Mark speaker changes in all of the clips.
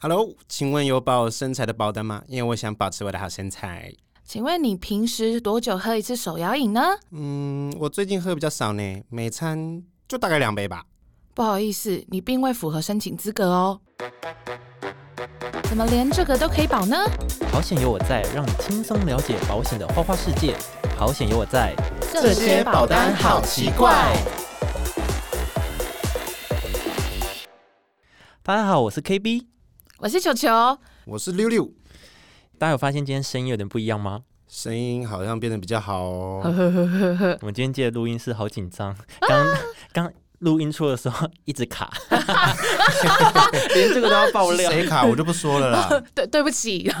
Speaker 1: Hello，请问有保身材的保单吗？因为我想保持我的好身材。
Speaker 2: 请问你平时多久喝一次手摇饮呢？
Speaker 1: 嗯，我最近喝比较少呢，每餐就大概两杯吧。
Speaker 2: 不好意思，你并未符合申请资格哦。怎么连这个都可以保呢？
Speaker 3: 好险有我在，让你轻松了解保险的花花世界。好险有我在，
Speaker 1: 这些保单好奇怪。
Speaker 3: 大家好，我是 KB。
Speaker 2: 我是球球，
Speaker 1: 我是六六，
Speaker 3: 大家有发现今天声音有点不一样吗？
Speaker 1: 声音好像变得比较好
Speaker 2: 呵
Speaker 1: 哦。
Speaker 2: 呵呵呵呵，
Speaker 3: 我们今天接的录音室好紧张，刚刚录音处的时候一直卡， 连这个都要爆
Speaker 1: 是
Speaker 3: 料。
Speaker 1: 谁卡我就不说了 啦。
Speaker 2: 对对不起。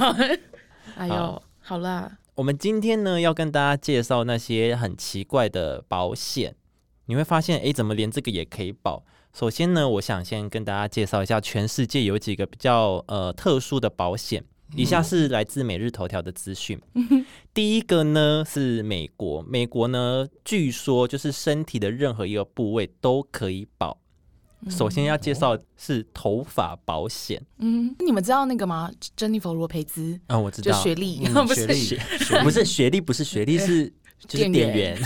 Speaker 2: 哎呦
Speaker 3: 好，
Speaker 2: 好啦，
Speaker 3: 我们今天呢要跟大家介绍那些很奇怪的保险，你会发现，诶，怎么连这个也可以保？首先呢，我想先跟大家介绍一下，全世界有几个比较呃特殊的保险。以下是来自每日头条的资讯。第一个呢是美国，美国呢据说就是身体的任何一个部位都可以保。首先要介绍的是头发保险。
Speaker 2: 嗯，你们知道那个吗？珍妮佛罗培兹，
Speaker 3: 嗯、我知
Speaker 2: 就
Speaker 3: 道，
Speaker 2: 雪莉，
Speaker 1: 嗯
Speaker 2: 不
Speaker 1: 雪
Speaker 2: 是
Speaker 1: 莉
Speaker 2: 雪。
Speaker 3: 不是学历，不是学历，是就是店员。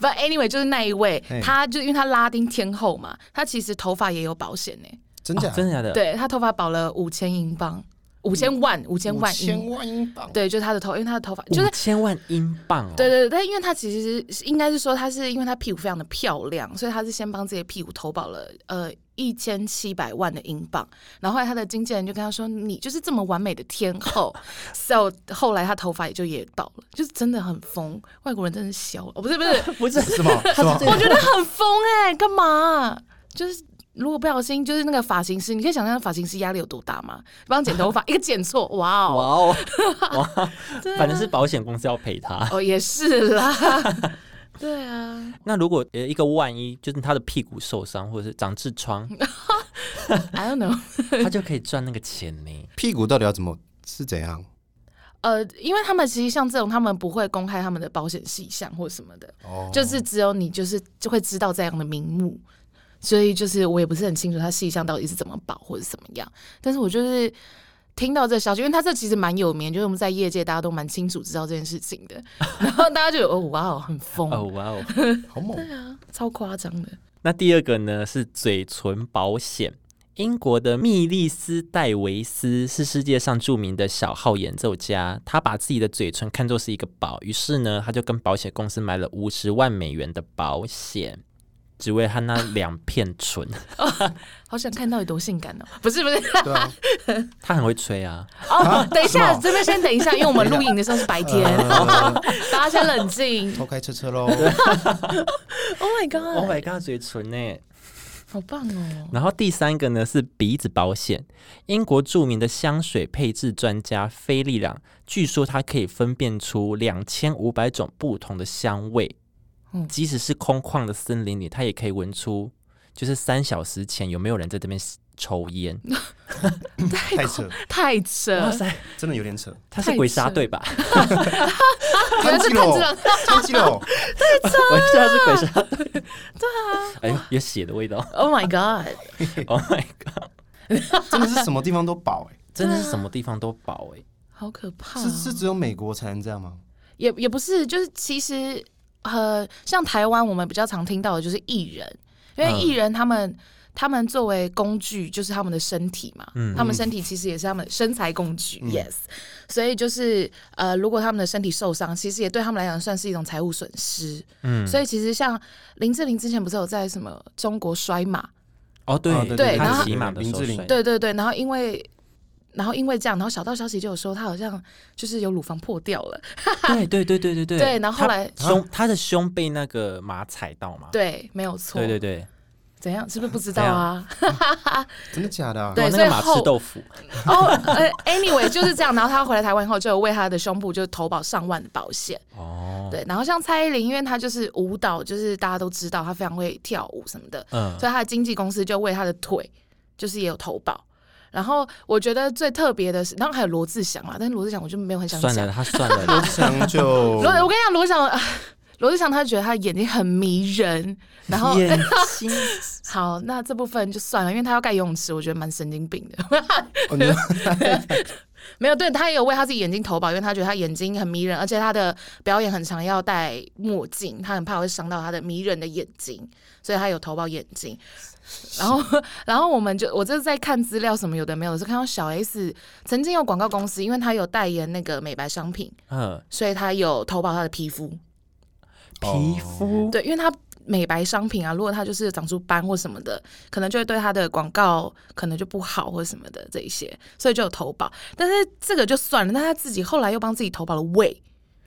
Speaker 2: But anyway，就是那一位
Speaker 1: 嘿，
Speaker 2: 她就因为她拉丁天后嘛，她其实头发也有保险呢。
Speaker 1: 真
Speaker 3: 哦
Speaker 1: 假？
Speaker 3: 真的假的？
Speaker 2: 对她头发保了五千英镑，五千万，五千
Speaker 1: 五
Speaker 2: 万英
Speaker 1: 千万英镑。
Speaker 2: 对，就是他的头，因为他的头发就是
Speaker 3: 五。千万英镑哦。
Speaker 2: 对对对，但因为他其实是应该是说，他是因为他屁股非常的漂亮，所以他是先帮自己的屁股投保了呃一千七百万的英镑，然后后来他的经纪人就跟他说：“你就是这么完美的天 后。”So 后来他头发也就也保了，就是真的很疯，外国人真的是小哦，不是不是，
Speaker 3: 不是
Speaker 1: 是吗？是吗？
Speaker 2: 我觉得很疯哎、干嘛啊、就是如果不小心，就是那个发型师，你可以想象发型师压力有多大吗？帮他剪头发，一个剪错，哇
Speaker 3: 哇
Speaker 2: 哦，
Speaker 3: 哦，
Speaker 2: 对啊
Speaker 3: 反正是保险公司要赔他。
Speaker 2: 哦，也是啦， 对啊，
Speaker 3: 那如果呃一个万一就是他的屁股受伤或者是长痔 疮，
Speaker 2: I don't know，
Speaker 3: 他就可以赚那个钱呢。
Speaker 1: 屁股到底要怎么是怎样？
Speaker 2: 呃，因为他们其实像这种，他们不会公开他们的保险细项或什么的，
Speaker 1: 哦，
Speaker 2: 就是只有你就是就会知道这样的名目，所以就是我也不是很清楚他细项到底是怎么保或者怎么样，但是我就是。听到这消息，因为他这其实蛮有名，就是我们在业界大家都蛮清楚知道这件事情 的，然后大家就哦哇哦很疯，
Speaker 3: 哦哇哦。
Speaker 1: 好猛。
Speaker 2: 超夸张的，
Speaker 3: 那第二个呢是嘴唇保险。英国的密利斯戴维斯是世界上著名的小号演奏家，他把自己的嘴唇看作是一个宝，于是呢，他就跟保险公司买了五十万美元的保险，只为他那两片唇。
Speaker 2: 好想看到底多性感哦！不是 不是，
Speaker 1: 对啊，
Speaker 3: 他很会吹啊，
Speaker 2: 哦，等一
Speaker 1: 是，
Speaker 2: 下
Speaker 1: 吗哦
Speaker 2: 这边先等一下，因为我们录影的时候是 白天，大家先冷静。
Speaker 1: 偷开车车 喽。
Speaker 2: Oh my god！
Speaker 3: Oh my god，嘴唇呢？
Speaker 2: 好棒哦！
Speaker 3: 然后第三个呢是鼻子保险，英国著名的香水配置专家菲利朗，据说他可以分辨出两千五百种不同的香味，
Speaker 2: 嗯
Speaker 3: 即使是空旷的森林里，他也可以闻出，就是三小时前有没有人在这边抽烟。嗯
Speaker 1: 太扯，
Speaker 2: 太扯！
Speaker 3: 哇塞，
Speaker 1: 真的有点 扯。
Speaker 3: 他
Speaker 2: 太
Speaker 3: 是
Speaker 2: 扯
Speaker 3: 鬼杀队吧？
Speaker 2: 原来是炭治郎，
Speaker 1: 太激哦了。
Speaker 3: 我知道是鬼杀队。对啊，哎呦，有血的味道
Speaker 2: Oh my god！
Speaker 3: ！Oh my god，
Speaker 1: 真的是什么地方都保哎、
Speaker 3: 真的是什么地方都保哎、
Speaker 2: 好可怕、哦
Speaker 1: 是是只有美国才能这样吗？
Speaker 2: 也也不是，就是其实呃，像台湾我们比较常听到的就是艺人，因为
Speaker 3: 嗯
Speaker 2: 艺人他们、他们作为工具就是他们的身体嘛，
Speaker 3: 嗯
Speaker 2: 他们身体其实也是他们的身材工具、y e s 所以就是呃，如果他们的身体受伤，其实也对他们来讲算是一种财务损失。
Speaker 3: 嗯，
Speaker 2: 所以其实像林志玲之前不是有在什么中国摔马，
Speaker 3: 哦对
Speaker 1: 啊对对
Speaker 2: 然
Speaker 3: 他
Speaker 2: 后
Speaker 3: 骑马的时
Speaker 1: 林
Speaker 3: 候
Speaker 1: 志玲
Speaker 3: 摔
Speaker 2: 对对对，然后因为。然后因为这样，然后小道消息就有说她好像就是有乳房破掉了，
Speaker 3: 对对对对对对
Speaker 2: 对然后后来
Speaker 3: 他胸他的胸被那个马踩到嘛？
Speaker 2: 对，没有错，
Speaker 3: 对对对，
Speaker 2: 怎样？是不是不知道啊？
Speaker 1: 真的假的、啊？
Speaker 2: 对
Speaker 3: 哇那
Speaker 2: 所以
Speaker 3: 个马
Speaker 2: 后
Speaker 3: 吃豆腐，
Speaker 2: 哦，呃，anyway 就是这样。然后他回来台湾以后，就有为他的胸部就投保上万的保险。
Speaker 3: 哦，
Speaker 2: 对，然后像蔡依林，因为她就是舞蹈，就是大家都知道她非常会跳舞什么的，
Speaker 3: 嗯，
Speaker 2: 所以她的经纪公司就为她的腿就是也有投保。然后我觉得最特别的是，然后还有罗志祥嘛，但是罗志祥我就没有很想
Speaker 3: 算
Speaker 2: 讲
Speaker 3: 了，。他算了，
Speaker 1: 这样就
Speaker 2: 罗，我跟你讲，罗志祥啊罗志祥他觉得他眼睛很迷人，然后
Speaker 3: 眼睛
Speaker 2: 好，那这部分就算了，因为他要盖游泳池，我觉得蛮神经病的。
Speaker 1: 哦你
Speaker 2: 没有，对他也有为他自己眼睛投保，因为他觉得他眼睛很迷人，而且他的表演很常要戴墨镜，他很怕会伤到他的迷人的眼睛，所以他有投保眼睛。然后， 然后我们就我这是在看资料什么有的没有的，是看到小 S 曾经有广告公司，因为他有代言那个美白商品，
Speaker 3: 嗯，
Speaker 2: 所以他有投保他的皮肤。
Speaker 3: 皮肤
Speaker 2: 对，因为它美白商品啊，如果它就是长出斑或什么的，可能就会对它的广告可能就不好或什么的这一些，所以就有投保。但是这个就算了，那他自己后来又帮自己投保了胃。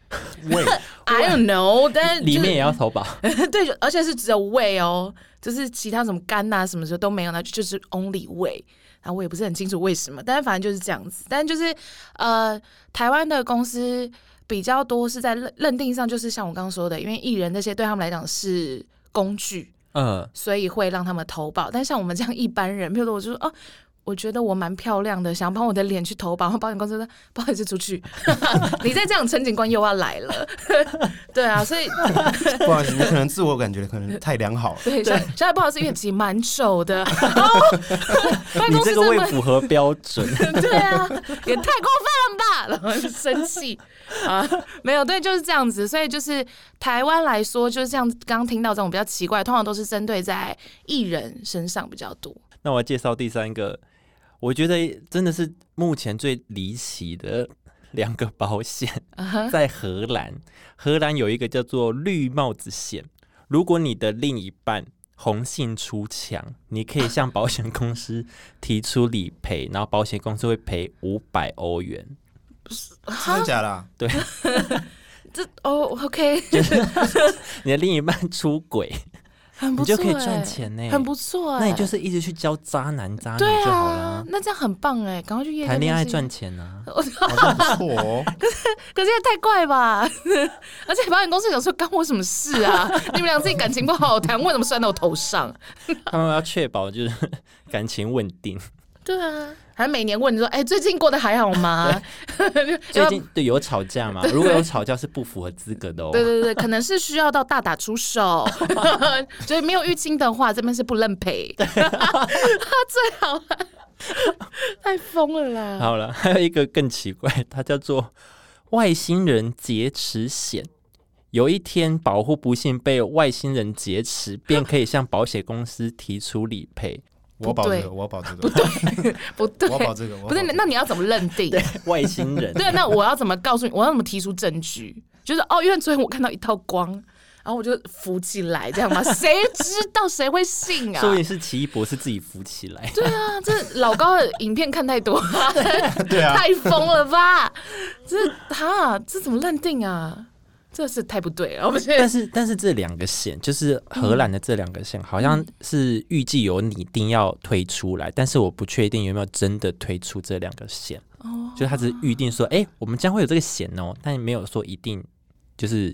Speaker 1: 喂，
Speaker 2: I don't know，但是
Speaker 3: 里面也
Speaker 2: 也
Speaker 3: 要投保，
Speaker 2: 对，就而且是只有胃哦，就是其他什么肝呐、什么的都没有，那就就是 only 胃。然后我也不是很清楚为什么，但是反正就是这样子。但就是呃，台湾的公司比较多是在认认定上，就是像我刚刚说的，因为艺人这些对他们来讲是工具，
Speaker 3: 嗯，
Speaker 2: 所以会让他们投保。但像我们这样一般人，比如说我就说哦。我觉得我蛮漂亮的，想帮我的脸去投保，然后保险公司说不好意思出去， 你再这样，陈警官又要来了。 对啊，所以
Speaker 1: 不好意思，你可能自我感觉可能太良好了。
Speaker 2: 对，小小海不好意思，因为其实蛮丑 的。哦，办
Speaker 3: 你
Speaker 2: 公
Speaker 3: 这
Speaker 2: 室
Speaker 3: 个
Speaker 2: 这
Speaker 3: 未
Speaker 2: 么
Speaker 3: 符合标准，
Speaker 2: 对啊，也太过分了吧！ 然后就生气啊，没有，对，就是这样子。所以就是台湾来说，就是这样。刚刚听到这种比较奇怪，通常都是针对在艺人身上比较多。
Speaker 3: 那我要介绍第三个，我觉得真的是目前最离奇的两个保险，
Speaker 2: 啊哈
Speaker 3: 在荷兰，荷兰有一个叫做绿帽子险，如果你的另一半红杏出墙，你可以向保险公司提出理赔，然后保险公司会赔五百欧元。
Speaker 1: 真的假的啊？
Speaker 2: 这哦，OK，
Speaker 3: 你的另一半出轨，
Speaker 2: 很
Speaker 3: 你
Speaker 2: 不错、欸，
Speaker 3: 就可以赚钱呢、
Speaker 2: 很不错、欸。
Speaker 3: 那你就是一直去教渣男渣女
Speaker 2: 对
Speaker 3: 就好
Speaker 2: 啊
Speaker 3: 了，，
Speaker 2: 那这样很棒哎、赶快去夜店
Speaker 3: 谈恋爱赚
Speaker 2: 认
Speaker 3: 钱啊。
Speaker 2: 识一下。
Speaker 1: 好像不错哦。
Speaker 2: 可是也太怪吧！ 而且保险公司想说干我什么事啊？ 你们俩自己感情不好好谈，为什么算到我头上？
Speaker 3: 他们要确保就是 感情稳定。
Speaker 2: 对啊，还每年问你说，哎、最近过得还好吗？
Speaker 3: 最近对有吵架吗？如果有吵架是不符合资格的哦。
Speaker 2: 对对对，可能是需要到大打出 手，所以没有淤青的话，这边是不认 赔。他最好 了，太疯了啦！
Speaker 3: 好了， 还有一个更奇怪，它叫做外星人劫持险。有一天，保护不幸被外星人劫持，便可以向保险公司提出理 赔。
Speaker 1: 我保这
Speaker 2: 不对
Speaker 1: 个，我保这个，
Speaker 2: 不对，不对，
Speaker 1: 我保这个，我
Speaker 2: 不
Speaker 1: 保
Speaker 2: 是
Speaker 1: 这个，
Speaker 2: 那你要怎么认定？
Speaker 3: 外星人，
Speaker 2: 对，那我要怎么告诉你？我要怎么提出证据？就是哦，因为昨天我看到一道光，然后我就浮起来，这 样吗？谁知道谁会信啊？
Speaker 3: 说不定是奇异博士自己扶起来。
Speaker 2: 对啊，这老高的影片看太多 了，
Speaker 1: 对啊，
Speaker 2: 太疯了吧？这哈，这怎么认定啊？这是太不对了，我们现在
Speaker 3: 但是，但是这两个险，就是荷兰的这两个险，好像是预计有拟定要推出来，但是我不确定有没有真的推出这两个险。
Speaker 2: 哦，
Speaker 3: 就是他只是预定说，哎、我们将会有这个险哦，但没有说一定就是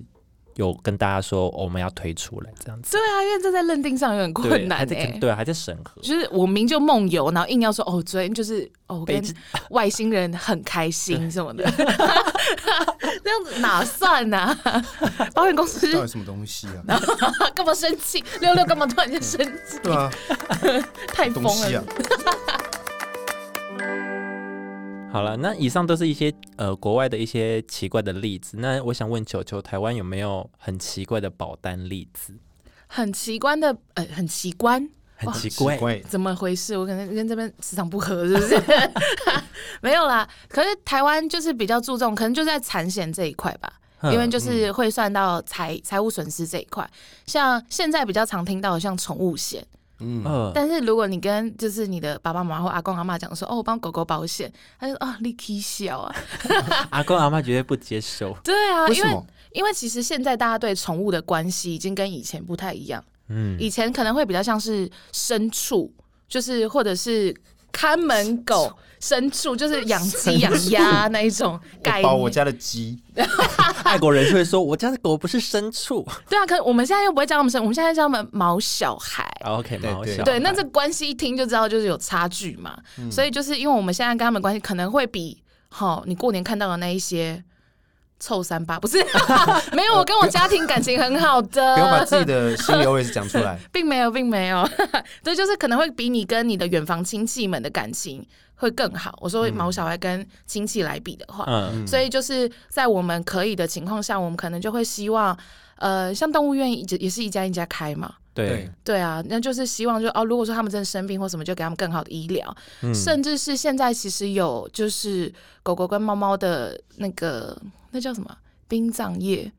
Speaker 3: 有跟大家说、哦我们要推出来这 样子。
Speaker 2: 对啊，因为这在认定上有点
Speaker 3: 对
Speaker 2: 困难
Speaker 3: 还在
Speaker 2: 哎、
Speaker 3: 跟对啊，还在审核。
Speaker 2: 就是我明就梦游，然后硬要说哦，昨天就是哦，我
Speaker 3: 被
Speaker 2: 跟
Speaker 3: 这
Speaker 2: 外星人很开心什么的， 这样子哪算呢、 啊？保险公司
Speaker 1: 到底什么东西 啊？
Speaker 2: 干嘛生气？六六干嘛突然间生气？
Speaker 1: 对啊，
Speaker 2: 太疯
Speaker 1: 东西
Speaker 2: 了
Speaker 1: 啊！，
Speaker 3: 好了，那以上都是一些呃国外的一些奇怪的例子。那我想问球球，台湾有没有很奇怪的保单例子？
Speaker 2: 很奇怪的，呃，很奇怪，
Speaker 3: 很奇
Speaker 1: 奇
Speaker 3: 怪，
Speaker 1: 怪，
Speaker 2: 怎么回事？我可能跟这边磁场不合，是不是？ 没有啦。可是台湾就是比较注重，可能就在产险这一块吧。
Speaker 3: 嗯
Speaker 2: 因为就是会算到财财务损失这一块，像现在比较常听到的像宠物险，
Speaker 1: 嗯，
Speaker 3: 呃，
Speaker 2: 但是如果你跟就是你的爸爸妈妈或阿公阿妈讲说，哦，我帮狗狗保险，他就说啊，你可 笑啊，
Speaker 3: 阿公阿妈绝对不接受。
Speaker 2: 对啊，
Speaker 1: 为
Speaker 2: 因
Speaker 1: 什
Speaker 2: 为
Speaker 1: 么？
Speaker 2: 因为其实现在大家对宠物的关系已经跟以前不太一样，
Speaker 3: 嗯，
Speaker 2: 以前可能会比较像是牲畜，就是或者是看门 狗、牲畜，就是养鸡、养鸭那一种概
Speaker 1: 我保我
Speaker 2: 念。
Speaker 1: 家的 鸡，
Speaker 3: 爱国人士会说，我家的狗不是牲 畜。
Speaker 2: 对啊，可我们现在又不会叫他们牲，我们现在叫他们毛小孩。
Speaker 3: 哦 OK，
Speaker 1: 对
Speaker 3: 蛮好
Speaker 1: 对
Speaker 3: 笑。
Speaker 2: 对，那这关系一听就知道就是有差距嘛。
Speaker 1: 嗯
Speaker 2: 所以就是因为我们现在跟他们关系可能会比好你过年看到的那一些臭三八 不是，没有，我跟我家庭感情很好的，
Speaker 1: 不要把自己的心里 always 讲出来。
Speaker 2: 并没有，并没有， 对，就是可能会比你跟你的远房亲戚们的感情会更好。我说毛小孩跟亲戚来比的话，
Speaker 3: 嗯，
Speaker 2: 所以就是在我们可以的情况下，我们可能就会希望，呃，像动物园也也是一家一家开嘛。
Speaker 3: 对，
Speaker 2: 对啊，那就是希望就哦，如果说他们真的生病或什么，就给他们更好的医疗，
Speaker 3: 嗯
Speaker 2: 甚至是现在其实有就是狗狗跟猫猫的那个那叫什么殡葬业，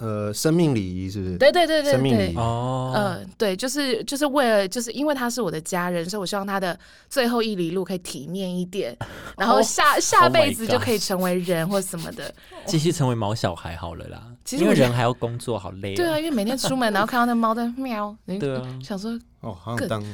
Speaker 1: 呃，生命礼仪是不是？
Speaker 2: 对对对对
Speaker 1: 生命
Speaker 2: 对
Speaker 1: 礼仪，
Speaker 3: 哦，
Speaker 2: 呃，对，就是就是为了，就是因为他是我的家人，所以我希望他的最后一里路可以体面一点， 然后下、下
Speaker 3: Oh my
Speaker 2: 辈子就
Speaker 3: God
Speaker 2: 可以成为人或什么 的。
Speaker 3: 继续成为毛小孩好了啦，
Speaker 2: 其实
Speaker 3: 因为
Speaker 2: 我觉得
Speaker 3: 人还要工作，好累、
Speaker 2: 对啊，，因为每天出门然后看到那猫在喵，你
Speaker 3: 对啊，
Speaker 2: 想说，
Speaker 1: 哦，好想当哦，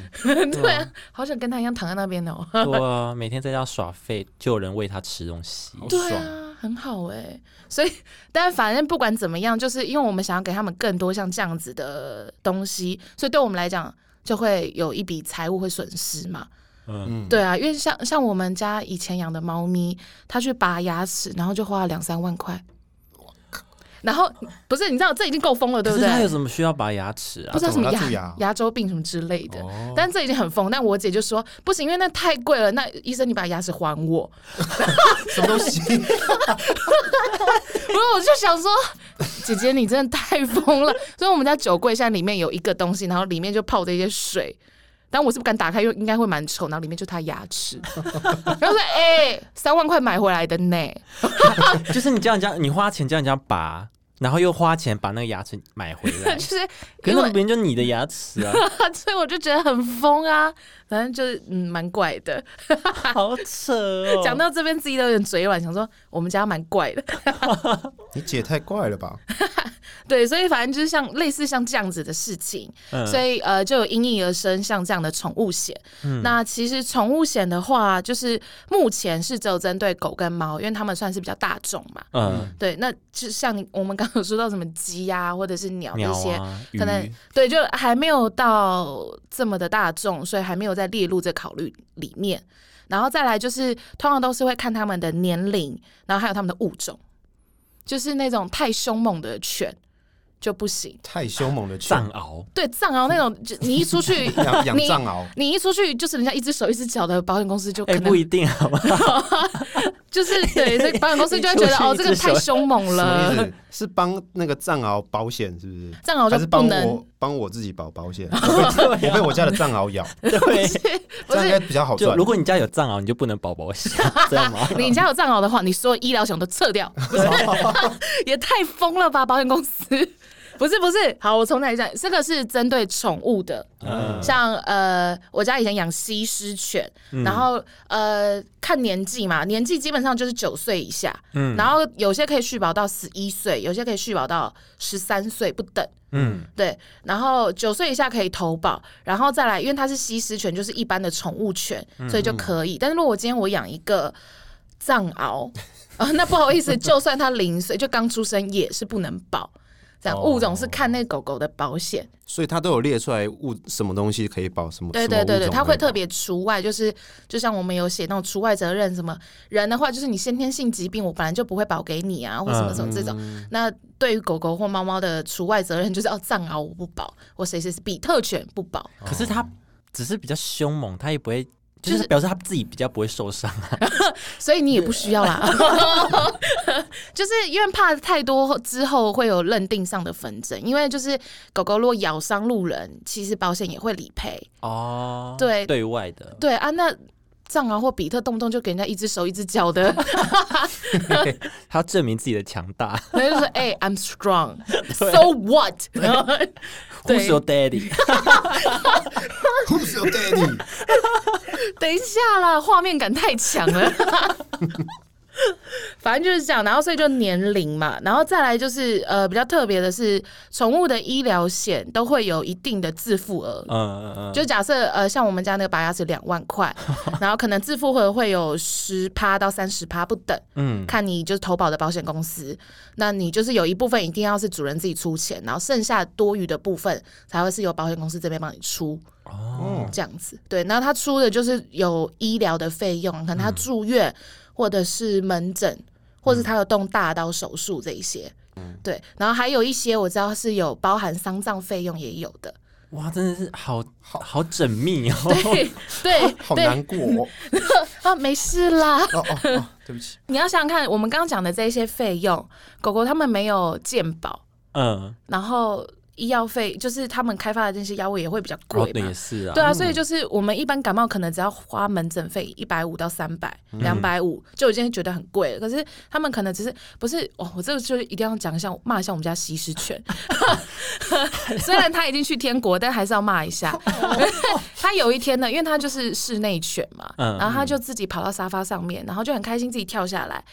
Speaker 2: 对啊，好想跟它一样躺在那边哦。
Speaker 3: 对啊，每天在家耍废，就有人喂它吃东西。
Speaker 1: 好
Speaker 2: 对
Speaker 1: 爽。
Speaker 2: 啊，很好哎、所以， 但反正不管怎么样，就是因为我们想要给他们更多像这样子的东西，所以对我们来讲就会有一笔财务会损失嘛。
Speaker 3: 嗯，
Speaker 1: 嗯，
Speaker 2: 对啊，因为像像我们家以前养的猫咪，它去拔牙齿，然后就花了两三万块。然后不是，你知道这已经够疯了，对
Speaker 3: 可
Speaker 2: 不
Speaker 3: 是它有
Speaker 2: 对？
Speaker 3: 什么需要拔牙齿啊
Speaker 2: 不？知道什么
Speaker 1: 它怎么蛀
Speaker 2: 牙
Speaker 1: 牙
Speaker 2: 牙周病什么之类的，
Speaker 1: 哦，
Speaker 2: 但这已经很疯。但我姐就说不行，因为那太贵了。那医生，你把牙齿还我。
Speaker 1: 什么东西？
Speaker 2: 然后我就想说， 姐姐你真的太疯了。所以我们家酒柜现在里面有一个东西，然后里面就泡着一些水。但我是不敢打开，因为应该会蛮臭。然后里面就她牙齿， 然后说：“哎、三万块买回来的呢。”
Speaker 3: 就是你叫人家，你花钱叫人家拔，然后又花钱把那个牙齿买回 来，
Speaker 2: 就是因
Speaker 3: 可是那
Speaker 2: 为
Speaker 3: 别人就你的牙 齿啊，
Speaker 2: 所以我就觉得很疯啊，反正就是嗯蛮怪的。
Speaker 3: 好扯哦。
Speaker 2: 讲到这边自己都有点嘴软，想说我们家蛮怪的，
Speaker 1: 你姐太怪了吧？
Speaker 2: 对，所以反正就是像类似像这样子的事情，
Speaker 3: 嗯
Speaker 2: 所以呃就有因应而生像这样的宠物险。
Speaker 3: 嗯
Speaker 2: 那其实宠物险的话，就是目前是只有针对狗跟猫，因为它们算是比较大众嘛。
Speaker 3: 嗯，
Speaker 2: 对，那就像你我们刚刚有说到什么鸡呀、或者是鸟这
Speaker 3: 鸟
Speaker 2: 些，
Speaker 3: 啊，鱼
Speaker 2: 可能对，就还没有到这么的大众，所以还没有在列入这考虑里面。然后再来就是，通常都是会看他们的年龄，然后还有他们的物种，就是那种太凶猛的犬就不行。
Speaker 1: 太凶猛的犬，，
Speaker 3: 藏獒，
Speaker 2: 对，藏獒那种，就你一出去
Speaker 1: 养养
Speaker 2: 你
Speaker 1: 藏啊獒，
Speaker 2: 你一出去就是人家一只手一只脚的，保险公司就
Speaker 3: 哎、
Speaker 2: 可能、
Speaker 3: 不一定 好吧？
Speaker 2: 就是对，所以保险公司就会觉得哦，
Speaker 3: 一
Speaker 2: 这
Speaker 3: 出去
Speaker 2: 个
Speaker 3: 一只手
Speaker 2: 太凶猛
Speaker 1: 什么意
Speaker 2: 了，
Speaker 1: 思？是帮那个藏獒保险是不是？
Speaker 2: 藏獒
Speaker 1: 还
Speaker 2: 哦就是不
Speaker 1: 帮
Speaker 2: 能。
Speaker 1: 我啊帮我自己保保险？ 我被我被我家的藏獒咬，
Speaker 3: 对，
Speaker 2: 不
Speaker 1: 这样应该
Speaker 2: 是
Speaker 1: 比较好
Speaker 3: 就
Speaker 1: 赚
Speaker 3: 如。果你家有藏獒，你就不能保保险，这样吗？
Speaker 2: 你家有藏獒的话，你所有医疗险都撤掉，不是？也太疯了吧，保险公司！不是不是，好，我重来一下，这个是针对宠物的，
Speaker 3: 嗯
Speaker 2: 像呃，我家以前养西施犬，
Speaker 3: 嗯
Speaker 2: 然后呃，看年纪嘛，年纪基本上就是九岁以下，
Speaker 3: 嗯
Speaker 2: 然后有些可以续保到十一岁，有些可以续保到十三岁不等。
Speaker 3: 嗯
Speaker 2: 对，然后九岁以下可以投保，然后再来，因为它是西施犬，就是一般的宠物犬，
Speaker 3: 嗯
Speaker 2: 所以就可以。但是如果我今天我养一个藏獒， 啊、那不好意思，就算它零岁就刚出生也是不能保。这样
Speaker 3: 哦
Speaker 2: 物种是看那狗狗的保险，
Speaker 1: 所以它都有列出来物什么东西可以保，什么
Speaker 2: 对
Speaker 1: 什
Speaker 2: 对
Speaker 1: 么
Speaker 2: 对
Speaker 1: 物
Speaker 2: 对，
Speaker 1: 种
Speaker 2: 它
Speaker 1: 可
Speaker 2: 会
Speaker 1: 以保
Speaker 2: 特别除外，就是就像我们有写那种除外责任，什么人的话就是你先天性疾病，我本来就不会保给你啊，或什么什么这
Speaker 1: 嗯
Speaker 2: 种。那对于狗狗或猫猫的除外责任就是哦，藏獒我不保，或谁谁是比特犬不保，
Speaker 3: 可是它只是比较凶猛，它也不会，
Speaker 2: 就
Speaker 3: 就是
Speaker 2: 是
Speaker 3: 表示它自己比较不会受伤啊。
Speaker 2: 所以你也不需要啦， 就是因为怕太多之后会有认定上的纷争，因为就是狗狗如果咬伤路人，其实保险也会理赔。
Speaker 3: 哦，
Speaker 2: 对
Speaker 3: 对外 的，
Speaker 2: 对啊，那藏獒或比特动不动就给人家一只手一只脚的，
Speaker 3: 它要证明自己的强大。
Speaker 2: 然后就说哎、i m strong，so what？然 后
Speaker 3: Who's your daddy？
Speaker 1: Who's your daddy？
Speaker 2: 等一下啦，画面感太强了。 反正就是这样，然后所以就年龄嘛，然后再来就是呃比较特别的是，宠物的医疗险都会有一定的自付额，
Speaker 3: 嗯嗯嗯，
Speaker 2: 就假设呃像我们家那个拔牙齿两万块，然后可能自付额会有十趴到三十趴不等，
Speaker 3: 嗯
Speaker 2: 看你就是投保的保险公司，那你就是有一部分一定要是主人自己出钱，然后剩下多余的部分才会是由保险公司这边帮你出。
Speaker 3: 哦，
Speaker 2: 这样子。对，然后他出的就是有医疗的费用，可能他住院或者是门诊。或是他有动大刀手术这一些。对，然后还有一些我知道是有包含丧葬费用也有的，
Speaker 3: 哇，真的是好好好缜密 哦。
Speaker 2: 对对
Speaker 1: 好
Speaker 2: 对
Speaker 1: 难过 哦。
Speaker 2: 啊，没事啦。
Speaker 1: 哦哦哦，对不起，
Speaker 2: 你要想想看，我们刚刚讲的这些费用，狗狗它们没有健保，
Speaker 3: 嗯，
Speaker 2: 然后医药费就是他们开发的这些药物也会比较
Speaker 3: 哦，
Speaker 2: 贵
Speaker 3: 对，
Speaker 2: 嘛
Speaker 3: 也。是啊。
Speaker 2: 对啊，所以就是我们一般感冒可能只要花门诊费一百五到三百、
Speaker 3: 嗯
Speaker 2: 两百五，就已经觉得很贵了。可是他们可能只是不是哦，我这个就一定要讲一下，骂一下我们家西施 犬。虽然他已经去天国，但还是要骂一下。 他有一天呢，因为他就是室内犬嘛，
Speaker 3: 嗯
Speaker 2: 然后他就自己跑到沙发上面，然后就很开心自己跳下来。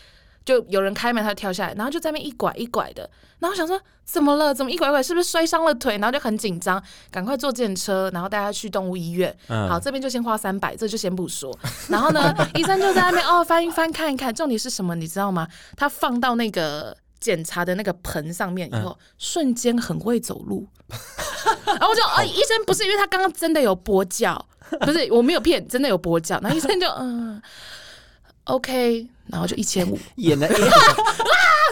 Speaker 2: 就有人开门，他就跳下来，然后就在那边一拐一拐的，然后想说怎么了？怎么一拐一拐？是不是摔伤了腿？然后就很紧张，赶快坐电车，然后带他去动物医院。
Speaker 3: 嗯
Speaker 2: 好，这边就先花三百，这就先不说。然后呢，医生就在那边哦翻一翻看一看，重点是什么？你知道吗？他放到那个检查的那个盆上面以后，瞬间很会走路。然后我就哦，医生不是因为他刚刚真的有跛脚，不是我没有骗，真的有跛脚。然后医生就嗯，OK，然后就一千五。
Speaker 3: 演的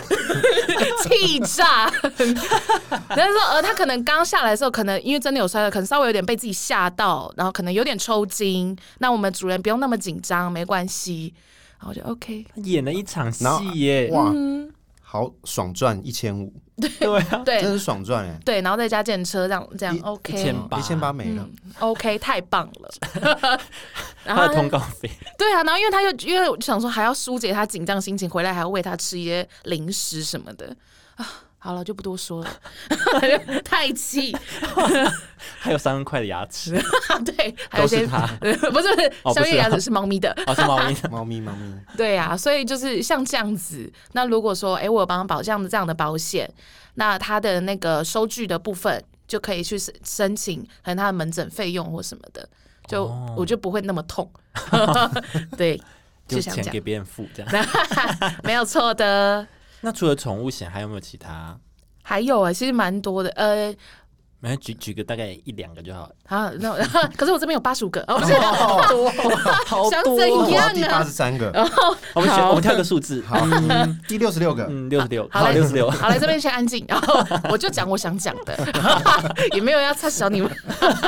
Speaker 2: 气炸。但是说，呃，他可能刚下来的时候，可能因为真的有摔了，可能稍微有点被自己吓到，然后可能有点抽筋。那我们主人不用那么紧张，没关系。然后我就 OK，
Speaker 3: 演了一场戏
Speaker 1: 然后
Speaker 3: 耶。
Speaker 1: 哇，好爽赚一千五，
Speaker 3: 对啊，
Speaker 1: 真
Speaker 2: 嗯对
Speaker 1: 是爽赚哎，
Speaker 2: 对，然后再加建车，这样这样
Speaker 1: 一
Speaker 2: ，OK
Speaker 3: 1800
Speaker 1: 一千八没
Speaker 2: 嗯
Speaker 1: 了，
Speaker 2: OK，太棒 了。然
Speaker 3: 他
Speaker 2: 后
Speaker 3: 的通告费，
Speaker 2: 对啊，然后因为他又因为我想说还要疏解他紧张心情，回来还要喂他吃一些零食什么的啊。好了，就不多说了， 太气。
Speaker 3: 还有三万块的牙齿，
Speaker 2: 对，还有
Speaker 3: 都
Speaker 2: 一些
Speaker 3: 是他。
Speaker 2: 呃 不是
Speaker 3: 哦不
Speaker 2: 宵
Speaker 3: 是
Speaker 2: 夜牙
Speaker 3: 啊
Speaker 2: 齿是猫咪的，
Speaker 3: 哦，是猫咪的。
Speaker 1: 猫咪猫咪，
Speaker 2: 对呀、所以就是像这样子。那如果说，哎、我有帮他保这样的这样的保险，那他的那个收据的部分就可以去申申请，可能他的门诊费用或什么的，就、
Speaker 3: 哦
Speaker 2: 我就不会那么 痛。对， 就
Speaker 3: 就
Speaker 2: 想
Speaker 3: 钱
Speaker 2: 讲
Speaker 3: 给，别人付这样。
Speaker 2: 没有错的。
Speaker 3: 那除了宠物险，还有没有其他？
Speaker 2: 还有啊、其实蛮多的，呃，
Speaker 3: 没有举举个大概一两个就好了。
Speaker 2: 啊，那 可是我这边有八十五个，哦，不是，
Speaker 3: 好多，啊好
Speaker 2: 想怎
Speaker 1: 哦我
Speaker 2: 样
Speaker 1: 要第八
Speaker 2: 啊
Speaker 1: 十？三个，
Speaker 3: 我们选
Speaker 2: 好
Speaker 3: 我们挑个数字，
Speaker 1: 好，第六十六 个，
Speaker 3: 嗯，六十六，
Speaker 2: 好嘞
Speaker 3: 好，六十六。
Speaker 2: 好了，这边先安静，然后我就讲我想讲的， 也没有要插小你们。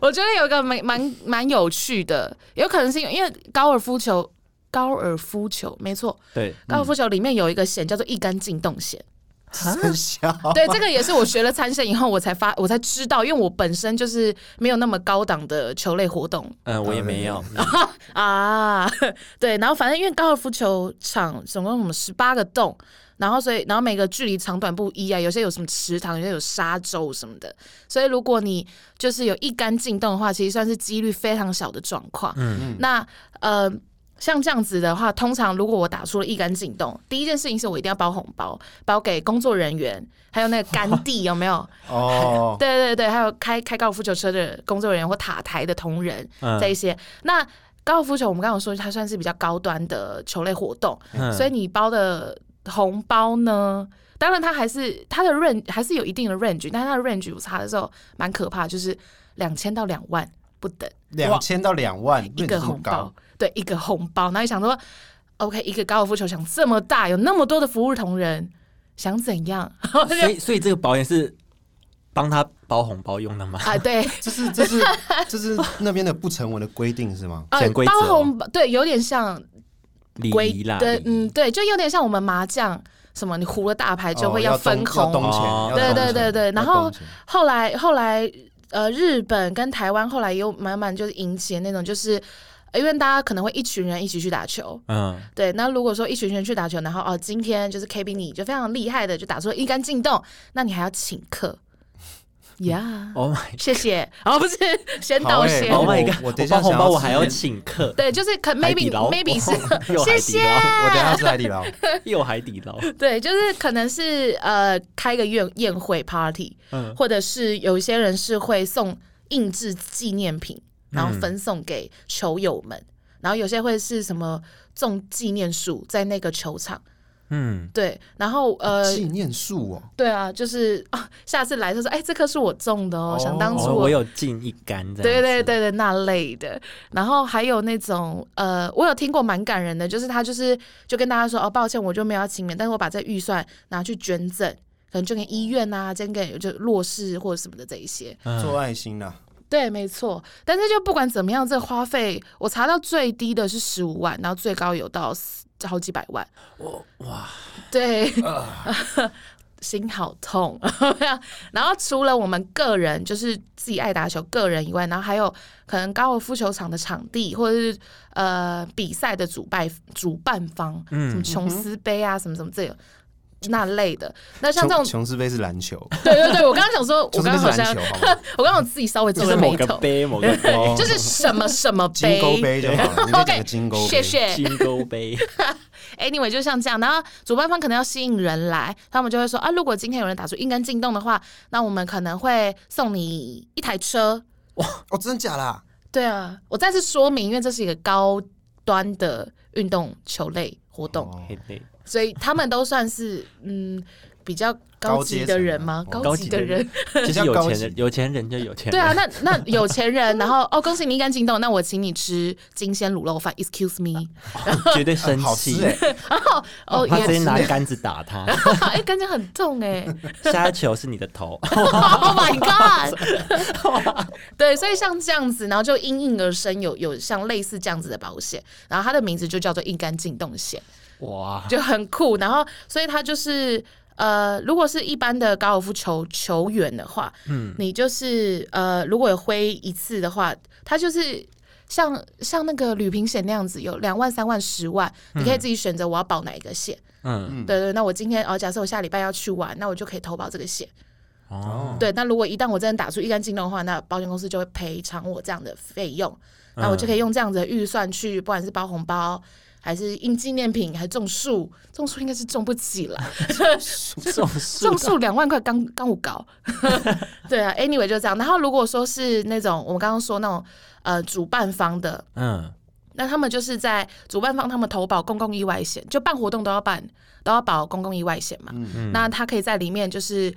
Speaker 2: 我觉得有一个蛮蛮蛮有趣的，有可能是因为因为高尔夫球，高尔夫球没错，
Speaker 3: 对，
Speaker 2: 高尔夫球里面有一个险叫做一杆进洞险。
Speaker 1: 很小，
Speaker 2: 对，这个也是我学了参线以后，我才发，我才知道，因为我本身就是没有那么高档的球类活动
Speaker 3: 嗯，我也没有。
Speaker 2: 啊。 对，然后反正因为高尔夫球场总共什么十八个洞，然后所以然后每个距离长短不一啊，有些有什么池塘，有些有沙洲什么的，所以如果你就是有一杆进洞的话，其实算是几率非常小的状况。嗯，那呃。像这样子的话，通常如果我打出了一杆进洞，第一件事情是我一定要包红包，包给工作人员，还有那个干地有没有？
Speaker 1: 哦，
Speaker 2: 对对对，还有开开高尔夫球车的工作人员或塔台的同仁，
Speaker 3: 嗯
Speaker 2: 这一些。那高尔夫球，我们刚刚有说它算是比较高端的球类活动，
Speaker 3: 嗯
Speaker 2: 所以你包的红包呢，当然它还是它的 range 还是有一定的 range，但它的 range 我查的时候蛮可怕，就是两千到两万不等
Speaker 1: 两千到两万，
Speaker 2: 一个
Speaker 1: 论这么
Speaker 2: 红
Speaker 1: 高
Speaker 2: 包，，对，一个红包。然后你想说，OK，一个高尔夫球场这么大，有那么多的服务同仁，想怎 样？
Speaker 3: 所以所以这个保险是帮他包红包用的吗？
Speaker 2: 啊，对，
Speaker 1: 这是这是这是那边的不成文的规定是 吗？
Speaker 2: 呃
Speaker 3: 潜，规则
Speaker 2: 包红包，对，有点像
Speaker 3: 礼
Speaker 2: 规
Speaker 3: 仪啦，
Speaker 2: 对，
Speaker 3: 礼仪
Speaker 2: 嗯，对，就有点像我们麻将，什么你胡了大牌就
Speaker 1: 哦
Speaker 2: 会
Speaker 1: 要
Speaker 2: 分
Speaker 1: 东要
Speaker 2: 红。
Speaker 1: 东钱，
Speaker 3: 哦
Speaker 1: 要东钱
Speaker 2: 对对对对
Speaker 1: 要
Speaker 2: 然后
Speaker 1: 东钱
Speaker 2: 后来后来，呃，日本跟台湾后来也有慢慢就是引起那种，就是因为大家可能会一群人一起去打球。
Speaker 3: 嗯，
Speaker 2: 对，那如果说一群人去打球，然后哦，今天就是 KB 你就非常厉害的，就打出了一杆进洞，那你还要请客 呀
Speaker 3: Oh my
Speaker 2: 谢谢。哦，不是，先
Speaker 1: 好
Speaker 2: 道
Speaker 1: 欸
Speaker 2: 谢。
Speaker 1: 好
Speaker 3: Oh my
Speaker 1: 我
Speaker 3: god！
Speaker 1: 我等一下
Speaker 3: 包红
Speaker 1: 想
Speaker 3: 包
Speaker 1: 要
Speaker 3: 我还要
Speaker 1: 吃
Speaker 3: 请客，
Speaker 2: 对，就是可
Speaker 3: 海底
Speaker 2: maybe
Speaker 3: 捞
Speaker 2: maybe 是
Speaker 3: 又海
Speaker 2: 谢
Speaker 3: 底
Speaker 2: 谢。
Speaker 3: 捞，
Speaker 1: 我等一下吃海底 捞，
Speaker 3: 又海底捞，
Speaker 2: 对，就是可能是呃开个宴宴会 party，
Speaker 3: 嗯
Speaker 2: 或者是有一些人是会送印制纪念品，然
Speaker 3: 嗯
Speaker 2: 后分送给球友们，然后有些会是什么种纪念树在那个球场，
Speaker 3: 嗯，
Speaker 2: 对，然后呃，
Speaker 1: 纪念树哦，
Speaker 2: 对啊，就是啊，下次来就说，哎，这棵是我种的哦，
Speaker 1: 哦
Speaker 2: 想当初
Speaker 3: 我我有进一杆这样子，
Speaker 2: 对对对对，那类的。然后还有那种呃，我有听过蛮感人的，就是他就是就跟大家说哦，抱歉，我就没有要请免，但是我把这预算拿去捐赠，可能捐给医院啊，捐给就弱势或者什么的这一些。
Speaker 3: 嗯，
Speaker 1: 做爱心啊啦，
Speaker 2: 对，没错。但是就不管怎么样，这花费我查到最低的是十五万，然后最高有到四好几百万。哇，对， 心好痛。 然后除了我们个人就是自己爱打球个人以外，然后还有可能高尔夫球场的场地，或者是呃比赛的主办主办方，
Speaker 1: 嗯
Speaker 2: 什么琼斯杯啊，什么什么这个那类的。那像这
Speaker 1: 琼
Speaker 2: 种，
Speaker 1: 琼斯杯是篮球，
Speaker 2: 对对对，我刚刚想 说，我
Speaker 1: 琼斯
Speaker 2: 刚
Speaker 1: 杯
Speaker 2: 刚
Speaker 1: 是
Speaker 2: 好
Speaker 1: 篮
Speaker 2: 像
Speaker 1: 球，好吗？
Speaker 2: 我刚刚有自己稍微皱
Speaker 3: 就是
Speaker 2: 了
Speaker 3: 某
Speaker 2: 眉
Speaker 3: 个
Speaker 2: 头，
Speaker 3: 杯， 某个杯，
Speaker 2: 就是什么什么
Speaker 1: 哦金
Speaker 2: 杯，
Speaker 1: 钩杯就好了，你就讲个金钩杯。
Speaker 2: 谢谢。
Speaker 3: 金钩杯，
Speaker 2: Anyway，就像这样，然后主办方可能要吸引人来，他们就会说啊，如果今天有人打出一杆进洞的话，那我们可能会送你一台车。
Speaker 1: 哦，真的假啦？
Speaker 2: 对啊，我再次说明，因为这是一个高端的运动球类活动，
Speaker 1: 哦
Speaker 3: 嘿嘿
Speaker 2: 所以他们都算是嗯比较高级的人吗？
Speaker 1: 高阶层啊
Speaker 2: 高级的人，
Speaker 3: 就是
Speaker 1: 比较
Speaker 3: 有
Speaker 1: 高
Speaker 3: 钱
Speaker 1: 级
Speaker 3: 人，有钱人就有钱人，
Speaker 2: 对啊，，那那有钱人，然后哦，恭喜你一杆进洞，那我请你吃金鲜卤肉饭，Excuse me，
Speaker 3: 绝对
Speaker 1: 嗯
Speaker 3: 生
Speaker 1: 好
Speaker 3: 气
Speaker 1: 吃，哎，
Speaker 2: 哦，
Speaker 3: 他
Speaker 2: 也
Speaker 3: 直接
Speaker 2: 是，
Speaker 3: 拿杆子打他，
Speaker 2: 哎，感觉很痛哎、
Speaker 3: 下一球是你的头，
Speaker 2: Oh my god！对， 所以像这样子，然后就因应而生有有像类似这样子的保险，然后它的名字就叫做硬干进洞险，
Speaker 3: 哇，
Speaker 2: 就很酷。然后，所以它就是呃，如果是一般的高尔夫球球员的话，嗯，你就是呃，如果有挥一次的话，它就是。像像那个旅平险那样子，有两万、三万、十万，你可以自己选择我要保哪一个险。
Speaker 3: 嗯，
Speaker 2: 对对，那我今天哦，假设我下礼拜要去玩，那我就可以投保这个险。
Speaker 3: 哦，
Speaker 2: 对，那如果一旦我真的打出一杆进洞的话，那保险公司就会赔偿我这样的费用，那我就可以用这样子的预算去，不管是包红包，还是印纪念品，还是种树，种树应该是种不起了，
Speaker 3: 这种 树
Speaker 2: 种树两万块刚刚我 搞，对啊，anyway 就这样。然后如果说是那种我们刚刚说那种呃主办方的，
Speaker 3: 嗯，
Speaker 2: 那他们就是在主办方他们投保公共意外险，就办活动都要办都要保公共意外险嘛。那他可以在里面就是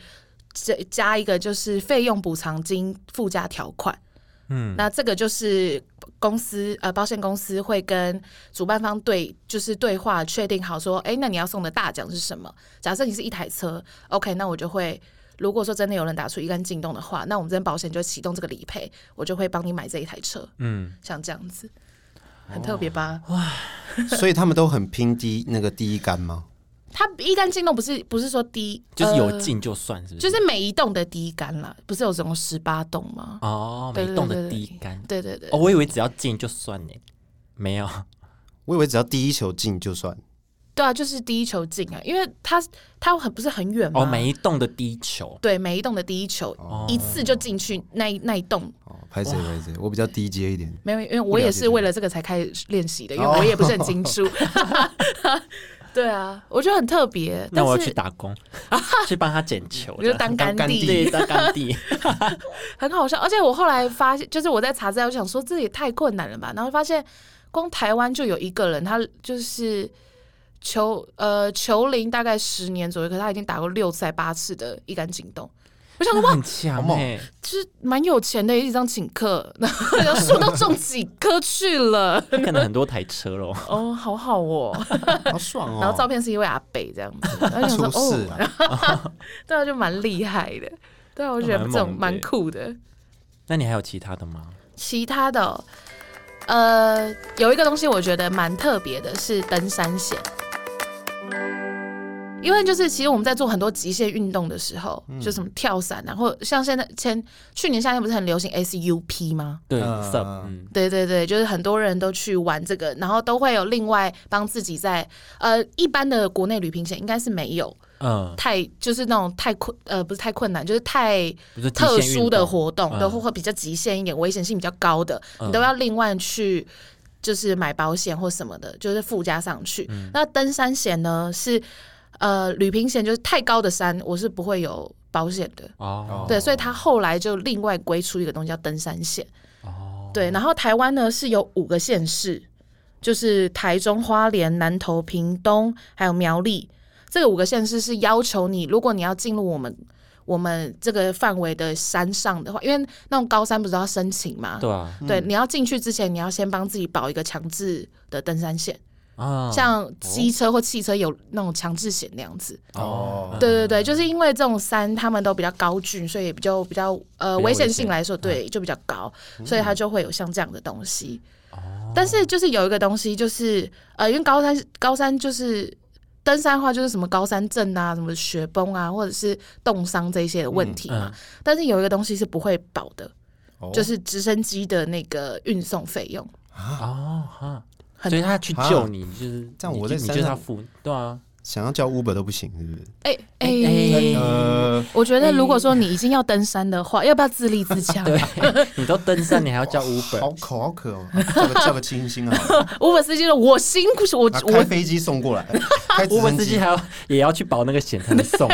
Speaker 2: 加加一个就是费用补偿金附加条款。
Speaker 3: 嗯，
Speaker 2: 那这个就是公司呃保险公司会跟主办方对就是对话，确定好说，哎、那你要送的大奖是什么？假设你是一台车，OK，那我就会。如果说真的有人打出一杆进洞的话，那我们这边保险就会启动这个理赔，我就会帮你买这一台车，
Speaker 3: 嗯，
Speaker 2: 像这样子，
Speaker 3: 哦
Speaker 2: 很特别吧？
Speaker 1: 所以他们都很拼第那个第一杆吗？
Speaker 2: 它一杆进洞不是不是说第一，
Speaker 3: 就是有
Speaker 2: 呃
Speaker 3: 进就算，是不是？
Speaker 2: 就是每一栋的第一杆啦，不是有总共十八栋吗？
Speaker 3: 哦，
Speaker 2: 对
Speaker 3: 每
Speaker 2: 对
Speaker 3: 栋的
Speaker 2: 对对
Speaker 3: 第一杆，
Speaker 2: 对对对，
Speaker 3: 哦，我以为只要进就算呢，没有，
Speaker 1: 我以为只要第一球进就算。
Speaker 2: 对啊，就是第一球进啊，因为它它很不是很远吗？
Speaker 3: 哦，每一哦栋的第一球，
Speaker 2: 对每一栋的第一球、一次就进去那一那一栋。
Speaker 1: 哦，拍谁拍谁，我比较低阶一点。
Speaker 2: 没有，因为我也是为了这个才开始练习的，因为我也不是很清楚。 对啊，我觉得很特别。
Speaker 3: 哦那我要
Speaker 2: 但
Speaker 3: 去
Speaker 2: 是
Speaker 3: 打 工，去帮他捡球
Speaker 2: 我就
Speaker 3: 的，
Speaker 2: 当
Speaker 1: 当
Speaker 2: 干
Speaker 1: 干
Speaker 2: 弟
Speaker 1: 弟，
Speaker 3: 对，当干地，
Speaker 2: 很好笑。而且我后来发现，就是我在查资料，我想说这也太困难了吧，然后发现光台湾就有一个人，他就是球呃球龄大概十年左右，可是他已经打过六次还八次的一杆进洞。我想说， 哇，
Speaker 3: 很强
Speaker 1: 猛
Speaker 3: 哎，
Speaker 2: 就是蛮有钱的，一张请客，然后然后树都种几棵去了，
Speaker 3: 他可能很多台车喽，
Speaker 2: 哦，好好哦。
Speaker 1: 好爽哦！
Speaker 2: 然后照片是一位阿北这样子，然后想说，
Speaker 1: 出事啊
Speaker 2: 哦，
Speaker 1: 了，
Speaker 2: 对啊，就蛮厉害的，对啊，我觉得
Speaker 3: 蛮猛
Speaker 2: 这种
Speaker 3: 的
Speaker 2: 蛮
Speaker 3: 耶
Speaker 2: 酷的。
Speaker 3: 那你还有其他的吗？
Speaker 2: 其他的哦、呃，有一个东西我觉得蛮特别的，是登山险。因为就是，其实我们在做很多极限运动的时候，就什么跳伞啊，或像现在前去年夏天不是很流行 SUP 吗？
Speaker 3: 对
Speaker 1: 嗯
Speaker 3: ，sub，嗯，
Speaker 2: 对对对，就是很多人都去玩这个，然后都会有另外帮自己在呃一般的国内旅行险应该是没有
Speaker 3: 嗯，
Speaker 2: 太就是那种太困呃不是太困难，就是太
Speaker 3: 比如说极
Speaker 2: 特
Speaker 3: 限运
Speaker 2: 殊的
Speaker 3: 动
Speaker 2: 活动
Speaker 3: 嗯
Speaker 2: 都会会比较极限一点，危险性比较高的，你都要另外去就是买保险或什么的，就是附加上去。
Speaker 3: 嗯
Speaker 2: 那登山险呢是呃旅平险，就是太高的山我是不会有保险的。
Speaker 3: 哦，
Speaker 2: 对，所以他后来就另外归出一个东西叫登山险。哦，对，然后台湾呢是有五个县市，就是台中、花莲、南投、屏东，还有苗栗，这五个县市是要求你，如果你要进入我们我们这个范围的山上的话，因为那种高山不是都要申请嘛？
Speaker 3: 对啊，
Speaker 2: 对，你要进去之前，你要先帮自己保一个强制的登山险，
Speaker 3: 啊，
Speaker 2: 像机车或汽车有那种强制险那样子。
Speaker 3: 嗯
Speaker 1: 哦
Speaker 2: 对对对，就是因为这种山他们都比较高峻，所以比较比较呃
Speaker 3: 比较
Speaker 2: 危险
Speaker 3: 危
Speaker 2: 性
Speaker 3: 险
Speaker 2: 来说，对就比较高，所以它就会有像这样的东西。
Speaker 3: 哦
Speaker 2: 但是就是有一个东西，就是呃，因为高山高山就是登山的话，就是什么高山症啊、什么雪崩啊，或者是冻伤这些的问题嘛。
Speaker 3: 嗯
Speaker 2: 但是有一个东西是不会保的，
Speaker 1: 哦
Speaker 2: 就是直升机的那个运送费用。
Speaker 3: 哦哈，
Speaker 2: 很
Speaker 3: 所以他去救你，就是
Speaker 1: 这样
Speaker 3: 你
Speaker 1: 我
Speaker 3: 就
Speaker 1: 在
Speaker 3: 你
Speaker 1: 山
Speaker 3: 就是他
Speaker 1: 上
Speaker 3: 付，对啊，
Speaker 1: 想要叫 Uber 都不行，是不是？
Speaker 2: 哎哎、
Speaker 3: 哎
Speaker 1: 呃，
Speaker 2: 我觉得如果说你已经要登山的 话，要不要自立自强？
Speaker 3: 对， 你都登山，你还要叫
Speaker 1: 好
Speaker 3: Uber，
Speaker 1: 口好渴哦，叫个叫个清新啊，
Speaker 2: 五本司机说：“我辛苦，我
Speaker 1: 啊开
Speaker 2: 我
Speaker 1: 飞机送过来，开直
Speaker 3: u b e
Speaker 1: 升
Speaker 3: 司机
Speaker 1: 机
Speaker 3: 还要也要去保那个险才能 送。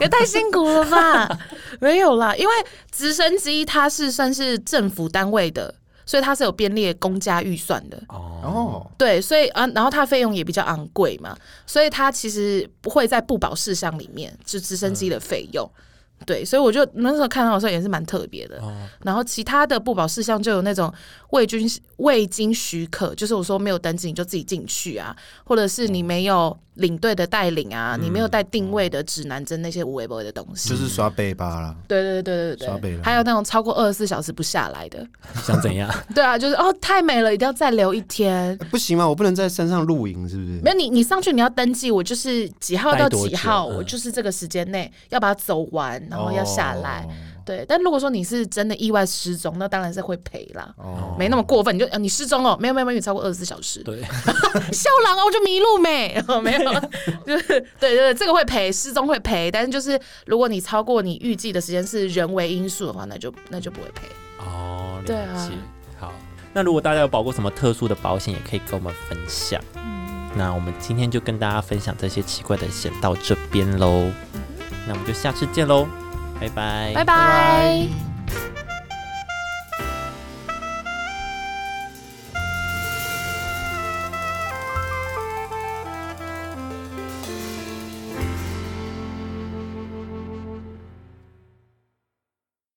Speaker 2: 也太辛苦了吧？ 没有啦，因为直升机它是算是政府单位的，所以它是有编列公家预算的。
Speaker 1: 哦，
Speaker 2: 对，所以啊，然后它费用也比较昂贵嘛，所以它其实不会在不保事项里面，就直升机的费用。对，所以我就那时候看到的时候也是蛮特别的。
Speaker 3: 哦
Speaker 2: 然后其他的不保事项就有那种未经未经许可，就是我说没有登记你就自己进去啊，或者是你没有领队的带领啊，
Speaker 1: 嗯
Speaker 2: 你没有带定位的指南针那些无微不微的东西。
Speaker 1: 就是刷背吧啦，
Speaker 2: 对对对对
Speaker 1: 嗯刷北
Speaker 2: 对
Speaker 1: 了
Speaker 2: 还有那种超过二十四小时不下来的，
Speaker 3: 想怎样？
Speaker 2: 对啊，就是哦太美了，一定要再留一天。
Speaker 1: 哎不行吗？我不能在山上露营，是不是
Speaker 2: 没？有你，你上去你要登记，我就是几号到
Speaker 3: 待多
Speaker 2: 几
Speaker 3: 久
Speaker 2: 号，
Speaker 3: 嗯
Speaker 2: 我就是这个时间内要把它走完，然后要下来。
Speaker 3: 哦
Speaker 2: 对，但如果说你是真的意外失踪，那当然是会赔啦。
Speaker 1: 哦，
Speaker 2: 没那么过分，你就、呃、你失踪了，没有没有没有超过二十四小时，
Speaker 3: 对，
Speaker 2: 笑狼哦，我就迷路没，没有，就是对对对，这个会赔，失踪会赔，但是就是如果你超过你预计的时间是人为因素的话，那就那就不会赔。
Speaker 3: 哦，了
Speaker 2: 对啊
Speaker 3: 解。好，那如果大家有保过什么特殊的保险，也可以跟我们分享。那我们今天就跟大家分享这些奇怪的险嗯到这边喽，那我们就下次见喽，拜拜，
Speaker 2: 拜拜